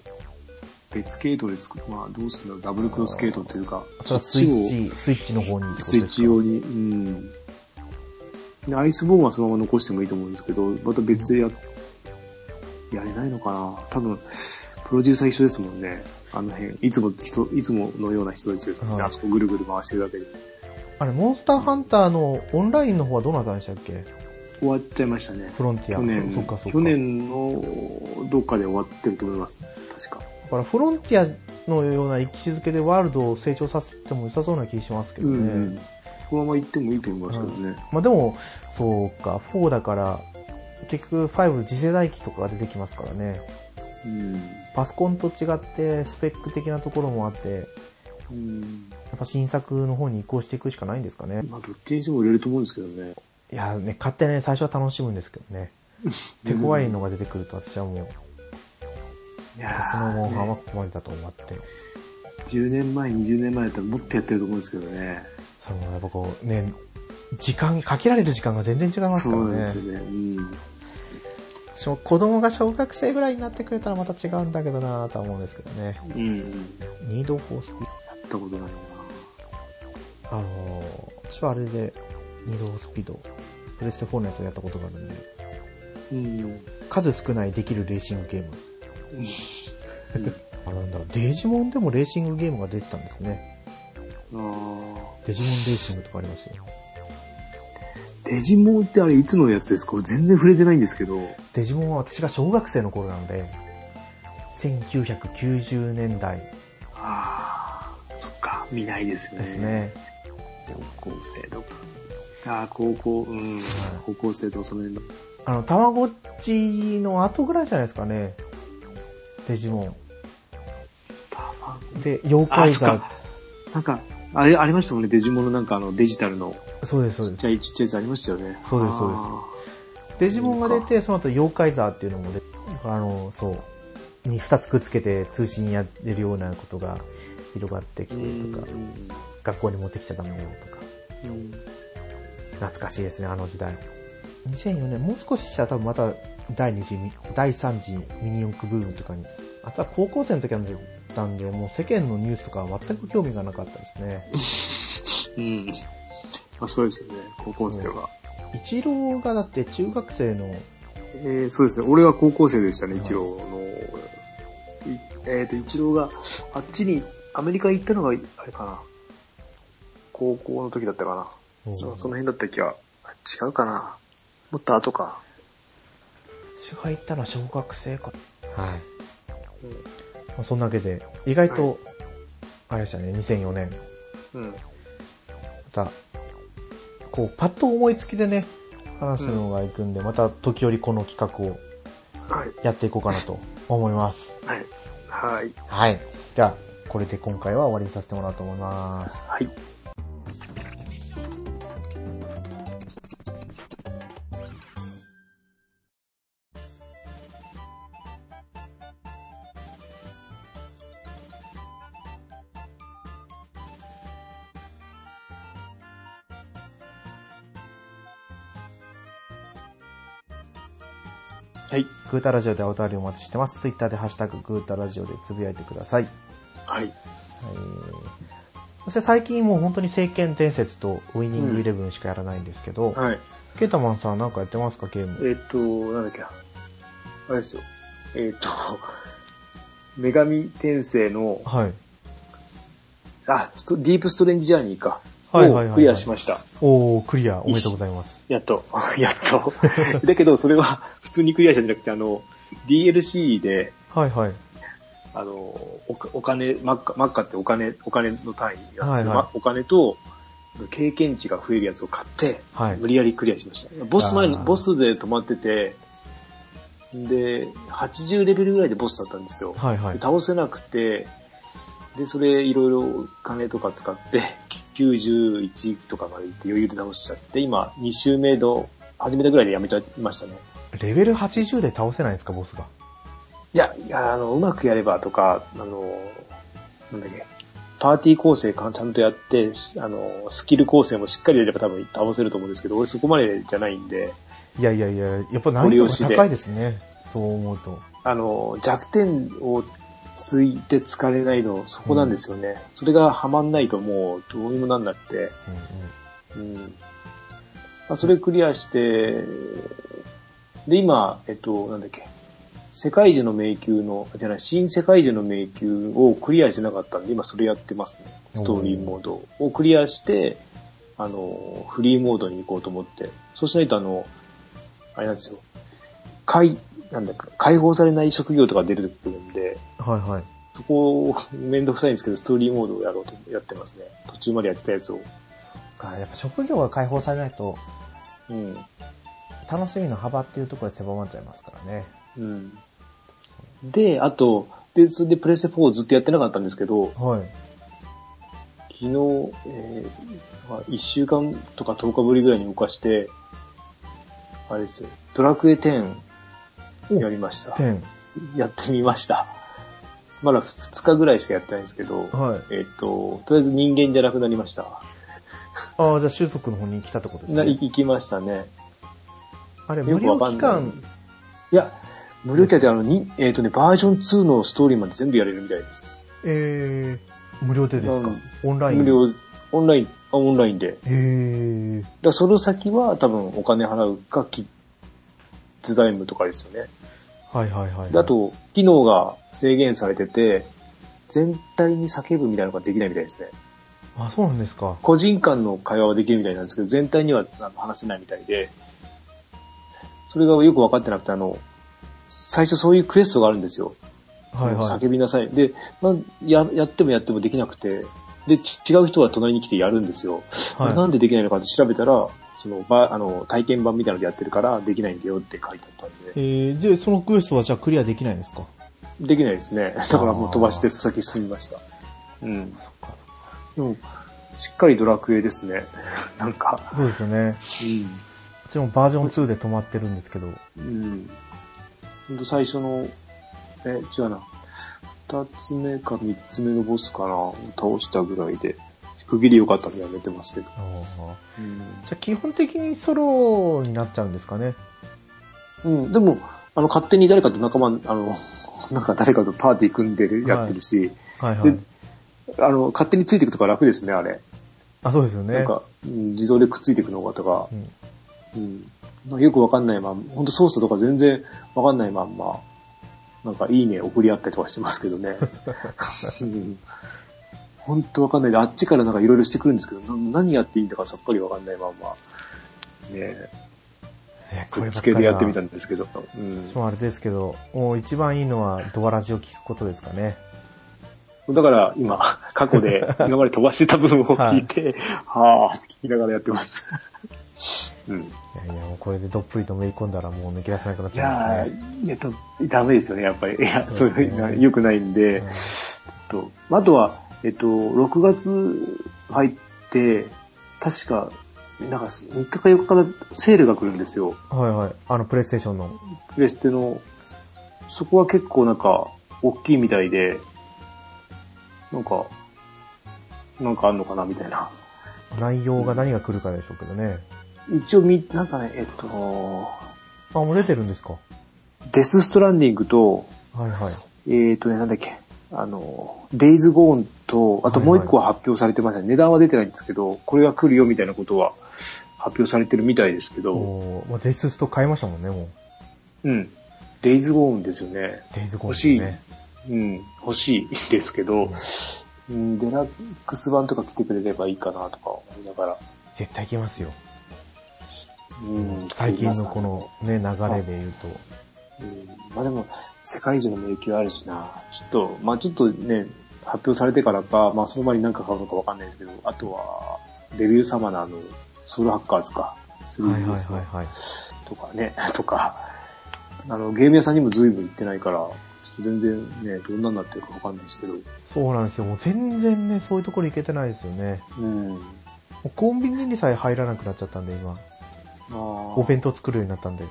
Speaker 2: 別系統で作る、まあ、どうするんだろう、ダブルクロス系統というか、
Speaker 1: それはスイッチ、スイッチの方にってことです
Speaker 2: スイ
Speaker 1: か
Speaker 2: ッチ用に、うん。で、アイスボーンはそのまま残してもいいと思うんですけど、また別でや、やれないのかな多分、プロデューサー一緒ですもんね。あの辺、いつも人、いつものような人たちですもんね。
Speaker 1: はい
Speaker 2: あそこぐるぐる回してるだけで。
Speaker 1: あれ、モンスターハンターのオンラインの方はどうなったんでしたっけ
Speaker 2: 終わっちゃいましたね。
Speaker 1: フロンティア。
Speaker 2: 去年
Speaker 1: そっかそっか。
Speaker 2: 去。年のどっかで終わってると思います。確か。
Speaker 1: だからフロンティアのような位置づけでワールドを成長させても良さそうな気しますけどね。
Speaker 2: うん。このまま行ってもいいと思いますけどね。
Speaker 1: まあでも、そうか、4だから、結局5次世代機とかが出てきますからね。
Speaker 2: うん。
Speaker 1: パソコンと違ってスペック的なところもあって、
Speaker 2: うん。
Speaker 1: やっぱ新作の方に移行していくしかないんですかね。
Speaker 2: まあ、どっちにしても売れると思うんですけどね。
Speaker 1: いやね、買ってね、最初は楽しむんですけど
Speaker 2: <laughs>
Speaker 1: ね。手強いのが出てくると私はもう、
Speaker 2: いや
Speaker 1: 私の
Speaker 2: ー
Speaker 1: もう
Speaker 2: ね
Speaker 1: 浜ここまでだと思って。
Speaker 2: 10年前、20年前だったらもっとやってると思うんですけどね。
Speaker 1: そのやっぱこう、ね、時間、かけられる時間が全然違います
Speaker 2: そ
Speaker 1: から
Speaker 2: うなんですよ
Speaker 1: ね。
Speaker 2: ね。うん。
Speaker 1: 私も子供が小学生ぐらいになってくれたらまた違うんだけどなぁとは思うんですけどね。
Speaker 2: うん。
Speaker 1: ニードフォース
Speaker 2: やったことないな
Speaker 1: あのー、私はあれで、二度スピード、プレステ4のやつをやったことがあるんで、
Speaker 2: うん。
Speaker 1: 数少ないできるレーシングゲーム。
Speaker 2: うん
Speaker 1: <laughs> あ、なんだ、デジモンでもレーシングゲームが出てたんですね。
Speaker 2: あ
Speaker 1: デジモンレーシングとかありますよ。
Speaker 2: ーデジモンってあれいつのやつですか俺全然触れてないんですけど。
Speaker 1: デジモンは私が小学生の頃なので、1990年代
Speaker 2: ああ、そっか、見ないですね。
Speaker 1: ですね。
Speaker 2: 高校生とか。ああ、高校、うん。高校生とかその辺の。
Speaker 1: あの、たまごっちの後ぐらいじゃないですかね。デジモン。で、妖
Speaker 2: あ、
Speaker 1: 怪
Speaker 2: そっ
Speaker 1: 座
Speaker 2: か。。なんか、あれ、ありましたもんね。デジモンのなんかあの、デジタルの、
Speaker 1: そうです、そう
Speaker 2: ちっ
Speaker 1: で
Speaker 2: ち
Speaker 1: す。
Speaker 2: ゃいちっちゃいやつありましたよね。
Speaker 1: そうですそうですデジモンが出て、その後妖怪座っていうのも出て、あの、そう、に2つくっつけて通信やってるようなことが広がってきてとか、学校に持ってきちゃダメよとか、懐かしいですね、あの時代。2004年、もう少ししたら多分また第2次ミ、第3次ミニ四駆ブームとかに、あとは高校生の時なんだったんで、もう世間のニュースとかは全く興味がなかったですね。
Speaker 2: うん。まあそうですよね、高校生は。
Speaker 1: 一郎がだって中学生の、
Speaker 2: えー、そうですね、俺は高校生でしたね、一郎の。いえっ、と、一郎が、あっちに、アメリカ行ったのが、あれかな。高校の時だったかな。そその辺だった気は、あ違うかな。もっと後か。
Speaker 1: 私が行ったのは小学生か。はい。
Speaker 2: うん
Speaker 1: まあ、そんなわけで、意外と、あれでしたね、2004年。
Speaker 2: うん。
Speaker 1: また、こう、パッと思いつきでね、話すのがいくんで、また時折この企画を
Speaker 2: はい。
Speaker 1: やっていこうかなと思います。
Speaker 2: はい。はい。
Speaker 1: はい。じゃあ、これで今回は終わりにさせてもらおうと思います。
Speaker 2: はい。はい。
Speaker 1: グータラジオでお便りお待ちしてます。ツイッターでハッシュタググータラジオでつぶやいてください。
Speaker 2: はい。
Speaker 1: はいそして最近もう本当に聖剣伝説とウィニングイレブンしかやらないんですけど、
Speaker 2: はい。
Speaker 1: ケータマンさんなんかやってますかゲーム。
Speaker 2: えっ、と、なんだっけな。あれですよ。えっ、と、 <laughs> 女神転生の、
Speaker 1: はい。
Speaker 2: あ、ストディープストレンジジャーニーか。
Speaker 1: はいはいはいはい
Speaker 2: をクリアしました。
Speaker 1: おー、クリア、おめでとうございます。
Speaker 2: やっと。 <laughs> やっ
Speaker 1: <laughs>
Speaker 2: と。だけど、それは普通にクリアしたんじゃなくて、あの、DLC で、
Speaker 1: はいはい。
Speaker 2: あの、おかお金、マッカ、マッカってお金、お金の単位が、
Speaker 1: はいはい
Speaker 2: まお金と、経験値が増えるやつを買って、
Speaker 1: はい
Speaker 2: 無理やりクリアしました。ボス前に
Speaker 1: あー
Speaker 2: ボスで止まってて、で、80レベルぐらいでボスだったんですよ。
Speaker 1: はいはい
Speaker 2: で。倒せなくて、で、それいろいろ金とか使って、91とかまで行って余裕で倒しちゃって、今、2周目の、始めたぐらいでやめちゃいましたね。
Speaker 1: レベル80で倒せないんですか、ボスが。
Speaker 2: いや、いや、あの、うまくやればとか、あの、なんだっけ、パーティー構成かちゃんとやって、しあの、スキル構成もしっかりやれば多分倒せると思うんですけど、俺そこまでじゃないんで、
Speaker 1: いやいやいや、やっぱ難易度が高いですね。そう思うと。
Speaker 2: あの、弱点をついて疲れないの、そこなんですよね。それがハマんないともうどうにもなんなくて、
Speaker 1: うんうん
Speaker 2: うん。まあ、それクリアして、で、今、えっと、なんだっけ、世界中の迷宮の、じゃない、新世界中の迷宮をクリアしてなかったんで、今それやってますね。ストーリーモードをクリアして、あの、フリーモードに行こうと思って。そうしないと、あの、あれなんですよ。解、なんだか、解放されない職業とか出てくるんで、
Speaker 1: はいはい。
Speaker 2: そこをめんどくさいんですけど、ストーリーモードをやろうとやってますね。途中までやってたやつを。
Speaker 1: かやっぱ職業が解放されないと、
Speaker 2: うん。
Speaker 1: 楽しみの幅っていうところで狭まっちゃいますからね。
Speaker 2: うんで、あと、別でプレステ4をずっとやってなかったんですけど、
Speaker 1: はい。
Speaker 2: 昨日、えーまあ、1週間とか10日ぶりぐらいに動かして、あれですよ、ドラクエ10
Speaker 1: お
Speaker 2: やりました。
Speaker 1: 10。
Speaker 2: やってみました。まだ2日ぐらいしかやってないんですけど、
Speaker 1: はい。
Speaker 2: えっ、と、とりあえず人間じゃなくなりました。
Speaker 1: ああ、じゃあ習得の方に来たってことです
Speaker 2: な、
Speaker 1: ね。
Speaker 2: 行きましたね。
Speaker 1: あれ、無
Speaker 2: よく
Speaker 1: 料
Speaker 2: わか
Speaker 1: 期
Speaker 2: んない
Speaker 1: 間。
Speaker 2: いや、無料キャであの、にえっ、とね、バージョン2のストーリーまで全部やれるみたいです。
Speaker 1: えー、無料でですか、
Speaker 2: うん
Speaker 1: オンライン
Speaker 2: 無料、オンライン、あオンラインで。
Speaker 1: えー、
Speaker 2: だからその先は多分お金払うか、キッズダイムとかですよね。
Speaker 1: はいはいはい、はい。
Speaker 2: であ、と、機能が制限されてて、全体に叫ぶみたいなのができないみたいですね。
Speaker 1: あ、そうなんですか。
Speaker 2: 個人間の会話はできるみたいなんですけど、全体にはあの話せないみたいで、それがよく分かってなくて、あの、最初そういうクエストがあるんですよ。
Speaker 1: はいはい。
Speaker 2: 叫びなさい。で、なんや、やってもやってもできなくて、で、ち違う人が隣に来てやるんですよ。
Speaker 1: はい
Speaker 2: なんでできないのかって調べたら、その、ば、あの、体験版みたいなのでやってるから、できないんだよって書いてあったん
Speaker 1: え
Speaker 2: で、
Speaker 1: ー、じゃあそのクエストはじゃあクリアできないんですか
Speaker 2: できないですね。だからもう飛ばして先進みました。うん。で
Speaker 1: か
Speaker 2: も、しっかりドラクエですね。なんか、
Speaker 1: そうですよね。うちもバージョン2で止まってるんですけど、
Speaker 2: うん。うん。ほんと最初の、え、違うな。二つ目か三つ目のボスかな、倒したぐらいで、区切り良かったんでやめてますけど。
Speaker 1: あ
Speaker 2: うん
Speaker 1: ーじゃあ基本的にソロになっちゃうんですかね。
Speaker 2: うん、でも、あの、勝手に誰かと仲間、あの、 <laughs> なんか誰かとパーティー組んでる、やってるし、
Speaker 1: はいはい
Speaker 2: で。あの、勝手についていくとか楽ですね、あれ。
Speaker 1: あ、そうですよね。
Speaker 2: なんか、うん、自動でくっついていくのがとか
Speaker 1: う、ん
Speaker 2: うん。なんかよくわかんないまんま、ほんと操作とか全然わかんないまんま、なんかいいね送り合ったりとかしてますけど <laughs> ね。うんほんとわかんないで、あっちからなんかいろいろしてくるんですけど、な何やっていいんだかさっぱりわかんないまんま、ねえ、くっつけでやってみた
Speaker 1: ん
Speaker 2: んですけど、うん。
Speaker 1: もうあれですけど、もう一番いいのはドアラジを聞くことですかね。
Speaker 2: だから今、過去で今まで飛ばしてた部分を聞いて、 <laughs> はぁ、って聞きながらやってます。うん、い
Speaker 1: いやいや、もうこれでどっぷりとめり込んだらもう抜け出せなくなっちゃ
Speaker 2: や
Speaker 1: いますね。
Speaker 2: ーいやと、ダメですよね、やっぱり。いや、そう
Speaker 1: そうで
Speaker 2: いう
Speaker 1: すね
Speaker 2: のは良くないんで、ちょっと、あとは、えっと、6月入って、確か、なんか3日か4日からセールが来るんですよ。
Speaker 1: はいはい。あの、プレイステーションの。
Speaker 2: プレステの、そこは結構なんか、大きいみたいで、なんか、なんかあんのかな、みたいな。
Speaker 1: 内容が何が来るかでしょうけどね。
Speaker 2: 一応み、なんかね、えっと、
Speaker 1: あ、もう出てるんですか
Speaker 2: デスストランディングと、
Speaker 1: はいはい。
Speaker 2: えっ、とね、なんだっけ、あの、デイズゴーンと、あともう一個は発表されてません、値段は出てないんですけど、これが来るよみたいなことは発表されてるみたいですけど、
Speaker 1: もう、もうデイズスト買いましたもんね、もう。
Speaker 2: うん。デイズゴーンですよね。
Speaker 1: デイズゴーン、ね。
Speaker 2: 欲しいうん、欲しいですけど、うん、デラックス版とか来てくれればいいかなとか思いながら、
Speaker 1: 絶対来ますよ。
Speaker 2: うん、
Speaker 1: 最近のこのね、流れで言うと。
Speaker 2: うんまあでも、世界中の迷宮あるしな。ちょっと、まあちょっとね、発表されてからか、まあその前に何か買うのかわかんないですけど、あとは、デビューサマナーのソウルハッカーズか、
Speaker 1: はいはい
Speaker 2: 3DS
Speaker 1: はい
Speaker 2: の
Speaker 1: はい。
Speaker 2: とかね、 <laughs> とか、あの、ゲーム屋さんにも随分行ってないから、ちょっと全然ね、どんなになってるかわかんないですけど、
Speaker 1: そうなんですよ。もう全然ね、そういうところ行けてないですよね。
Speaker 2: うん。ま
Speaker 1: もうコンビニにさえ入らなくなっちゃったんで、今。
Speaker 2: あ、
Speaker 1: お弁当作るようになったんで。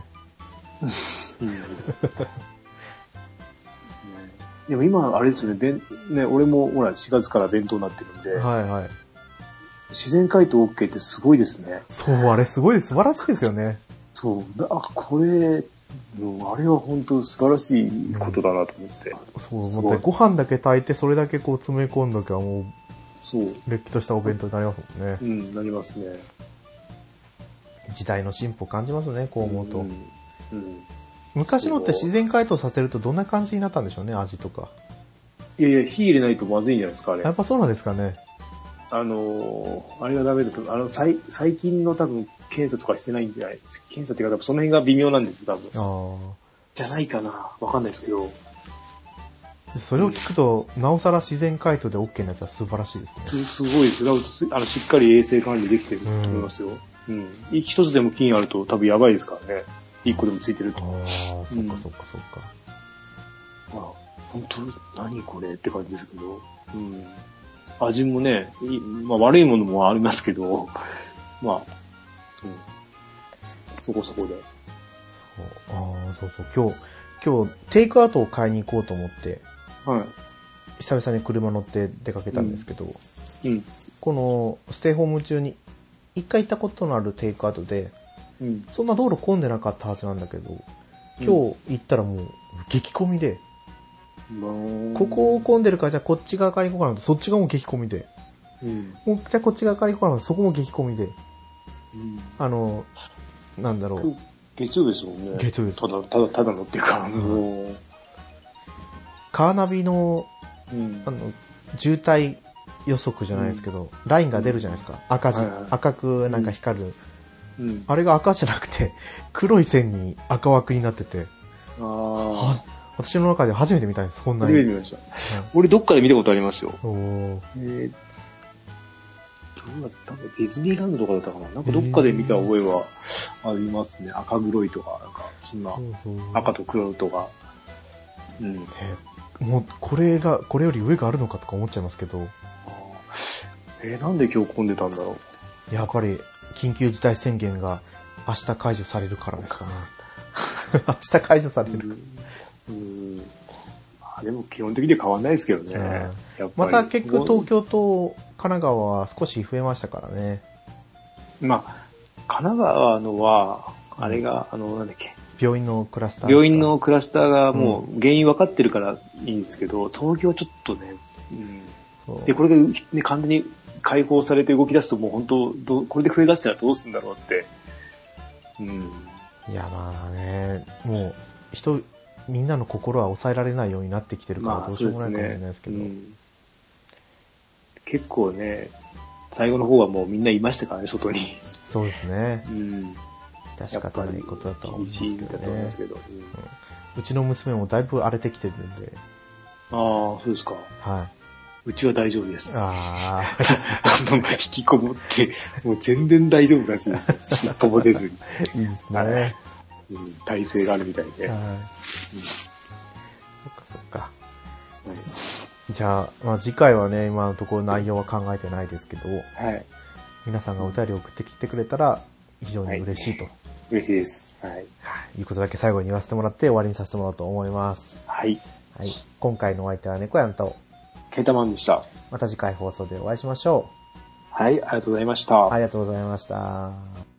Speaker 2: うんね <laughs> でも今、あれですね、弁ね、俺もほら4月から弁当になってるんで、
Speaker 1: はいはい。
Speaker 2: 自然解凍 OK ってすごいですね。
Speaker 1: そう、あれすごい素晴らしいですよね。
Speaker 2: そう、あ、これ、うんあれは本当素晴らしいことだなと思って。
Speaker 1: そう、
Speaker 2: す
Speaker 1: 思
Speaker 2: ご
Speaker 1: っ
Speaker 2: い
Speaker 1: て、ご飯だけ炊いて、それだけこう詰め込んどけばも
Speaker 2: そう、
Speaker 1: う、れっきとしたお弁当になりますもんね
Speaker 2: う。ん、なりますね。
Speaker 1: 時代の進歩感じますね、こう思うと。
Speaker 2: んうん
Speaker 1: 昔のって自然解凍させるとどんな感じになったんでしょうね、味とか。
Speaker 2: いやいや、火入れないとまずいんじゃないですか、あれ
Speaker 1: や。っぱそうなんですかね。
Speaker 2: あのー、あれがダメだと、あの、最最近の多分、検査とかしてないんじゃない検査っていうか、多分その辺が微妙なんですよ、多分。
Speaker 1: あ
Speaker 2: じゃないかな。わかんないですけど。
Speaker 1: あ。それを聞くと、なおさら自然解凍で OK なやつは素晴らしいですね。
Speaker 2: すすごいです。だからすあの、しっかり衛生管理できてると思いますよ。うん。一つでも菌あると多分やばいですからね。一個でもついてると。
Speaker 1: ああ、そっかそっかそっか。
Speaker 2: まあ、本当何これって感じですけど、うん。味もね、いいまあ悪いものもありますけ <laughs> ど、まあ、うん。そこそこで。
Speaker 1: ああ、そうそう、今日、今日、テイクアウトを買いに行こうと思って、
Speaker 2: は
Speaker 1: 久々に車乗って出かけたんですけど、
Speaker 2: い。うん。
Speaker 1: この、ステイホーム中に、一回行ったことのあるテイクアウトで、
Speaker 2: うん。
Speaker 1: そんな道路混んでなかったはずなんだけど、今日行ったらもう、激混みで、
Speaker 2: まあ
Speaker 1: ここを混んでるから、じゃあこっち側から行こうかなと、そっち側も激混みで、
Speaker 2: うん。
Speaker 1: もうじゃあこっち側から行こうかなと、そこも激混みで、
Speaker 2: うん。
Speaker 1: あの、なんだろう、
Speaker 2: 月曜日ですもんね。
Speaker 1: 月曜日です
Speaker 2: ただ、ただ、ただ乗ってるから、もう。
Speaker 1: カーナビの、
Speaker 2: うん
Speaker 1: あ。の、渋滞予測じゃないですけど、ラインが出るじゃないですか、赤字
Speaker 2: はいはい、
Speaker 1: 赤くなんか光る。
Speaker 2: うん。
Speaker 1: あれが赤じゃなくて、黒い線に赤枠になってて、
Speaker 2: あ
Speaker 1: は私の中で初めて見たんです、こん
Speaker 2: あ。
Speaker 1: な
Speaker 2: 初めて
Speaker 1: に。
Speaker 2: 見ました。俺どっかで見たことありますよ。
Speaker 1: おー
Speaker 2: えー、どうだったのディズニーランドとかだったかななんかどっかで見た覚えはありますね。赤黒いとか、なんか、そんな
Speaker 1: そ、うそう
Speaker 2: 赤と黒とか。うん。
Speaker 1: えもう、これが、これより上があるのかとか思っちゃいますけど、
Speaker 2: あーえーなんで今日混んでたんだろう <laughs>
Speaker 1: やっぱり、緊急事態宣言が明日解除されるからですかね。明日解除される。
Speaker 2: うんまあでも基本的には変わんないですけどね。
Speaker 1: うん
Speaker 2: やっぱり
Speaker 1: また結局東京と神奈川は少し増えましたからね。
Speaker 2: まあ、神奈川のは、あれが、あの、なんだっけ、
Speaker 1: 病院のクラスター。
Speaker 2: 病院のクラスターがもう原因分かってるからいいんですけど、東京ちょっとね、うん、
Speaker 1: そう。
Speaker 2: で、これが、ね、完全に解放されて動き出すともう本当、どこれで増え出したらどうするんだろうって、うん、
Speaker 1: いやまあね、もう、人、みんなの心は抑えられないようになってきてるから
Speaker 2: まあ
Speaker 1: どうし
Speaker 2: そう
Speaker 1: ようも
Speaker 2: です
Speaker 1: ないかもしれ
Speaker 2: ね
Speaker 1: ないです。け
Speaker 2: う
Speaker 1: ど。
Speaker 2: ん結構ね、最後の方はもうみんないましたからね、外に。
Speaker 1: そうですね。 <laughs>
Speaker 2: うん。
Speaker 1: 確
Speaker 2: や
Speaker 1: か
Speaker 2: ったぱ
Speaker 1: ない
Speaker 2: り
Speaker 1: ことだとは思うん
Speaker 2: 厳
Speaker 1: です
Speaker 2: しいんだ
Speaker 1: け
Speaker 2: と
Speaker 1: ど
Speaker 2: 思い
Speaker 1: ね
Speaker 2: ます。けど。うん
Speaker 1: うちの娘もだいぶ荒れてきてるんで、
Speaker 2: ああ、そうですか。
Speaker 1: はい。
Speaker 2: うちは大丈夫です。あ
Speaker 1: あ
Speaker 2: の、引きこもって、もう全然大丈夫らしいですよ。尻尾も出ずに。
Speaker 1: あ、 <laughs> いいですね。
Speaker 2: は
Speaker 1: はいい。はい
Speaker 2: うん、体勢があるみたいで。はい
Speaker 1: そっかそっか。じゃあ、まあ次回はね、今のところ内容は考えてないですけど、
Speaker 2: はい。
Speaker 1: 皆さんがお便りを送ってきてくれたら非常に嬉しいと、
Speaker 2: 嬉しいです。はい。
Speaker 1: い、うことだけ最後に言わせてもらって終わりにさせてもらおうと思います。
Speaker 2: はい。
Speaker 1: はい。今回のお相手は猫やんと、
Speaker 2: ケータマンでした。
Speaker 1: また次回放送でお会いしましょ
Speaker 2: はい、ありがとうございました。
Speaker 1: う。ありがとうございました。